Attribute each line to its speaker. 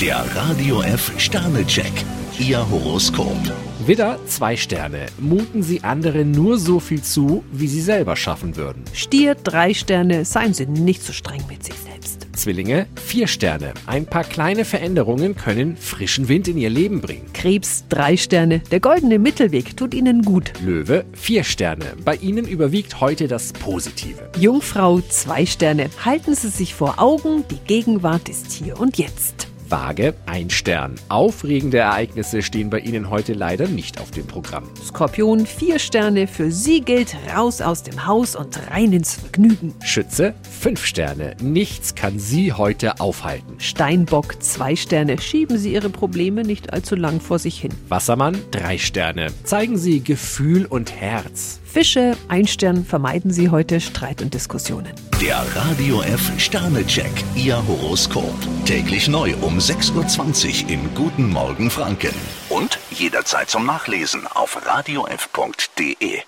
Speaker 1: Der Radio F Sternecheck, Ihr Horoskop.
Speaker 2: Widder, zwei Sterne. Muten Sie anderen nur so viel zu, wie Sie selber schaffen würden.
Speaker 3: Stier, drei Sterne, seien Sie nicht so streng mit sich selbst.
Speaker 2: Zwillinge, vier Sterne. Ein paar kleine Veränderungen können frischen Wind in Ihr Leben bringen.
Speaker 3: Krebs, drei Sterne, der goldene Mittelweg tut Ihnen gut.
Speaker 2: Löwe, vier Sterne. Bei Ihnen überwiegt heute das Positive.
Speaker 3: Jungfrau, zwei Sterne, halten Sie sich vor Augen, die Gegenwart ist hier und jetzt.
Speaker 2: Waage, ein Stern. Aufregende Ereignisse stehen bei Ihnen heute leider nicht auf dem Programm.
Speaker 3: Skorpion, vier Sterne, für Sie gilt raus aus dem Haus und rein ins Vergnügen.
Speaker 2: Schütze, fünf Sterne. Nichts kann Sie heute aufhalten.
Speaker 3: Steinbock, zwei Sterne, schieben Sie Ihre Probleme nicht allzu lang vor sich hin.
Speaker 2: Wassermann, drei Sterne. Zeigen Sie Gefühl und Herz.
Speaker 3: Fische, ein Stern, vermeiden Sie heute Streit und Diskussionen.
Speaker 1: Der Radio F Sternecheck, Ihr Horoskop. Täglich neu um 6.20 Uhr im Guten Morgen Franken. Und jederzeit zum Nachlesen auf radiof.de.